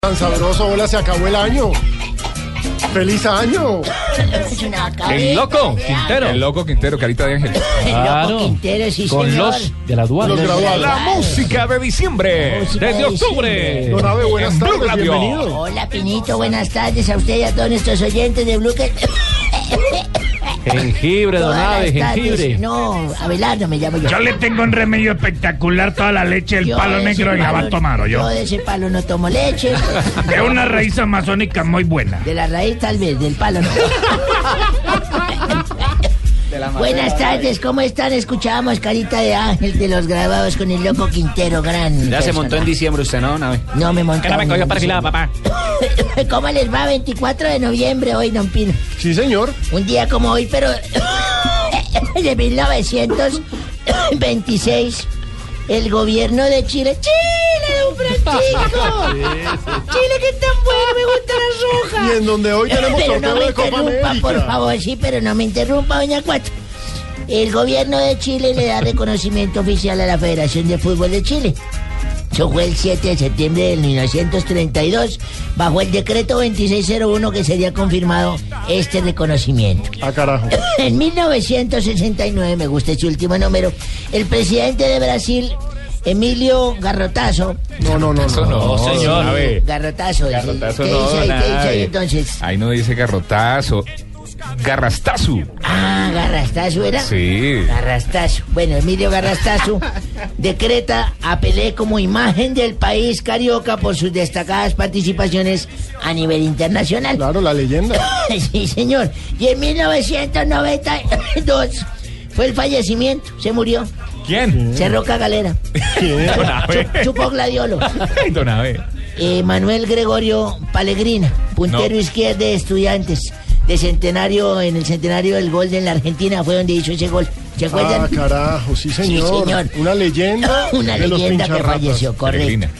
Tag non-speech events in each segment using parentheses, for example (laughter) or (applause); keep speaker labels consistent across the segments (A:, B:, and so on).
A: tan sabroso, hola, se acabó el año. ¡Feliz año!
B: El loco Quintero.
C: El loco Quintero, carita de ángel.
B: Claro.
D: Quintero, sí,
B: Con
D: señor.
B: los graduados.
A: Los graduados.
C: La música de diciembre.
E: Oh,
D: música
C: Desde
D: de
C: octubre.
D: Eh,
A: Don Abe, buenas
C: En Blue
A: tardes,
C: Radio.
A: bienvenido.
D: Hola, Pinito, buenas tardes a usted y a todos nuestros oyentes de Blue. que-
B: Jengibre,
D: Todas
B: donade,
D: las tardes.
B: jengibre.
D: No, Abelardo me llamo yo.
E: Yo le tengo un remedio espectacular, toda la leche del
D: Yo
E: palo
D: de ese
E: negro y la va a
D: palo-
E: tomar,
D: Yo
E: yo.
D: de ese palo no tomo leche.
E: Es una raíz amazónica muy buena.
D: De la raíz tal vez, del palo no. Buenas tardes, ¿cómo están? Escuchábamos Carita de Ángel de los grabados con el loco Quintero Gran.
F: Ya se montó en
D: personaje.
F: diciembre usted, ¿no? Nave?
D: No me montó.
F: Que no me
D: en
F: cogió para
D: ningún-
F: la papá.
D: (laughs) ¿Cómo les va 24 de noviembre hoy, don Pino?
A: Sí, señor.
D: Un día como hoy, pero (laughs) de 1926, el gobierno de Chile. ¡Chile, don Francisco! ¡Chile, que tan bueno! ¡Me gusta la roja!
A: Y en donde hoy tenemos
D: Pero no
A: sorteo
D: me
A: de Copa
D: interrumpa, por
A: América.
D: favor, sí, pero no me interrumpa, doña Cuatro. El gobierno de Chile le da reconocimiento oficial a la Federación de Fútbol de Chile. Eso fue el 7 de septiembre de 1932, bajo el decreto 2601 que sería confirmado este reconocimiento. (laughs)
A: Ah, carajo.
D: En 1969, me gusta ese último número, el presidente de Brasil, Emilio Garrotazo,
A: No, no, no,
C: Eso
A: no.
C: no, señor.
B: Abe.
D: Garrotazo, dice.
C: Garrotazo
D: ¿qué
C: no,
D: dice ahí? ¿Qué dice ahí
C: nadie.
D: entonces?
C: Ahí no dice garrotazo. Garrastazu.
D: Ah, Garrastazo era. (laughs)
C: Sí.
D: Garrastazo. Bueno, Emilio
C: (laughs)
D: Garrastazo decreta a Pelé como imagen del país carioca por sus destacadas participaciones a nivel internacional.
A: Claro, la
D: (laughs)
A: leyenda.
D: (coughs) Sí, señor. Y en 1992 fue el fallecimiento. Se murió.
C: ¿Quién?
D: Cerró
C: (laughs)
D: Cagalera.
C: Don Abe.
D: Chupó
C: (laughs)
D: gladiolo.
C: Ay, Don Abe.
D: Eh, Manuel Gregorio Palegrina, puntero
C: No.
D: izquierdo de estudiantes. De centenario, en el centenario del gol de la Argentina fue donde hizo ese gol. ¿Se acuerdan?
A: Ah, carajo, sí, señor.
D: señor.
A: Una leyenda.
D: (laughs) Una
A: de los
D: leyenda que
A: pincharratas.
D: falleció, correcto.
C: Peregrina.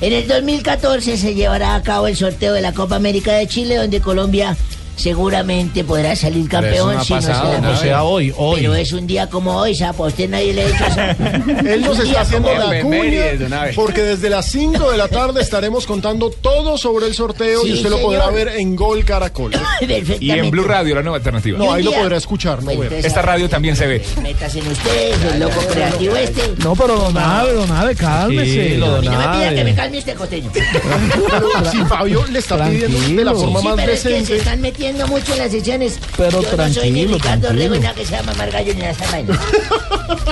D: En el 2014 se llevará a cabo el sorteo de la Copa América de Chile, donde Colombia seguramente podrá salir
C: Pero eso
D: campeón
C: no ha
D: si no se
C: pasado,
D: la
C: ¿no?
B: O sea,
D: juega.
B: hoy,
D: Pero
B: hoy.
D: es un día como hoy, Sapa. Usted nadie le ha
C: (laughs)
D: dicho eso.
A: Él nos
D: Un día
A: está haciendo
D: como hoy.
A: la
C: Efemérides de una
A: cuña
C: vez.
A: porque desde las 5 de la tarde estaremos contando todo sobre el sorteo
D: Sí,
A: y usted lo
D: señor.
A: podrá ver en Gol Caracol.
D: (coughs) Perfectamente.
C: Y en Blue Radio, la nueva alternativa.
A: No, ahí lo
D: día-
A: podrá escuchar, no
D: Bueno,
A: ver.
D: entonces,
C: Esta radio también se ve.
D: Metas en ustedes, el loco creativo este.
B: No, pero don Abe, don Abe, cálmese.
D: A
B: Don
D: mí no me pida que me
B: Abe.
D: calme este costeño.
A: Pero si Fabio le está pidiendo de la
B: Tranquilo.
A: forma
D: Sí,
A: más
D: pero es que se
A: decente.
D: están metiendo mucho en las sesiones. Yo no
B: Pero
D: soy ni
B: tranquilo,
D: Ricardo
B: tranquilo.
D: Rebuena que se llama Margallo ni las vainas.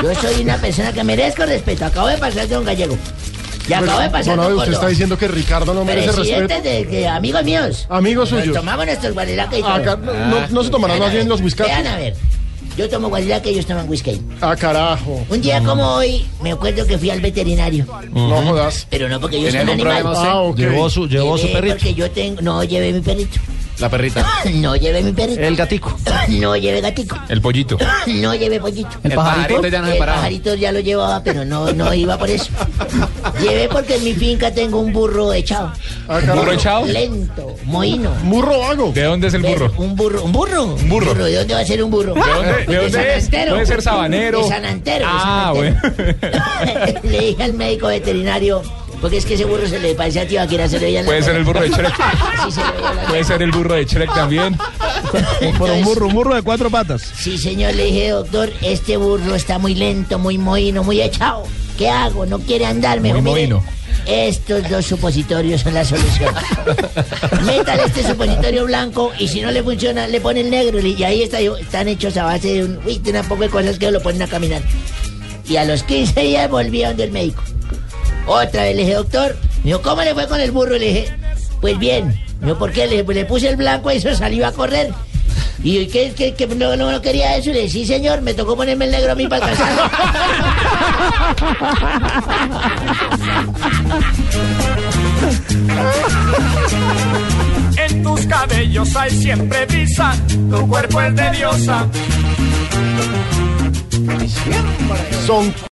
D: Yo soy una persona que merezco respeto. Acabo de pasar de un gallego. Y
A: Pero,
D: acabo de pasar
A: don
D: de
A: Abe,
D: un
A: usted está
D: gordo.
A: diciendo que Ricardo no merece
D: Presidente
A: respeto.
D: este de, de amigos míos.
A: Amigos
D: Nos
A: suyos.
D: tomamos nuestros guarilaca y todo.
A: Ah, car- no, no- no se tomarán
D: Vean a
A: más bien
D: ver,
A: los whisky.
D: Vean a ver. Yo tomo guarilaca y ellos toman whisky.
A: Ah, carajo.
D: Un día como hoy, me acuerdo que fui al veterinario.
A: No jodas.
D: Pero no porque yo soy
F: ¿Tenía
D: un
F: algún
D: animal.
F: problema
A: Ah, ok.
B: Llevó su, llevó su
D: Llevé
B: perrito.
D: Porque yo tengo... No, llevé mi perrito.
F: La perrita.
D: (gasps) No llevé mi perrito.
B: El gatico.
D: (gasps) No llevé gatico.
C: El pollito.
D: (gasps) No llevé pollito.
B: El pajarito.
F: ya no se
D: El
F: paraba.
D: pajarito ya lo llevaba, pero no, no iba por eso. Llevé porque en mi finca tengo un burro echado.
A: Ah,
C: ¿Burro
A: carajo.
C: echado?
D: Lento, mohino.
A: Burro vago.
C: ¿De dónde es el burro?
D: Un burro. ¿Un burro? Un
C: burro.
D: ¿De dónde va a ser un burro?
C: ¿De dónde, de dónde
D: San
C: es?
D: Antero.
C: Puede ser sabanero.
D: De San Antero, de
C: Ah,
D: San
C: bueno.
D: Antero. (laughs) le dije al médico veterinario, porque es que ese burro se le parece a tío Akira, se le veía en la
C: Puede ser el burro de Shrek.
D: cara. Sí, se le veía en la
C: Puede ser el burro de Shrek también.
B: Pues, Por un
D: Entonces-
B: burro, un burro de cuatro patas.
D: Sí, señor, le dije, doctor, este burro está muy lento, muy mohino, muy echado. ¿Qué hago? No quiere andar, mejor.
C: Muy
D: mire,
C: mohino.
D: Estos dos supositorios son la
B: (laughs)
D: solución. Métale este supositorio blanco y si no le funciona, le pone el negro. Y ahí está, yo- están hechos a base de un. Uy, tiene un poco de cosas que lo ponen a caminar. Y a los 15 días volví a donde el médico. Otra vez le dije, doctor, me dijo, ¿cómo le fue con el burro? Le dije, pues bien. Me dijo, ¿por qué? Le, dije, "Pues le puse el blanco y eso salió a correr. Y yo, "¿Y ¿qué, qué, qué? no, no, no quería eso. Y le dije, sí, señor, me tocó ponerme el negro a mí para alcanzarlo.
G: En tus cabellos hay siempre brisa, tu cuerpo es de diosa.
A: Son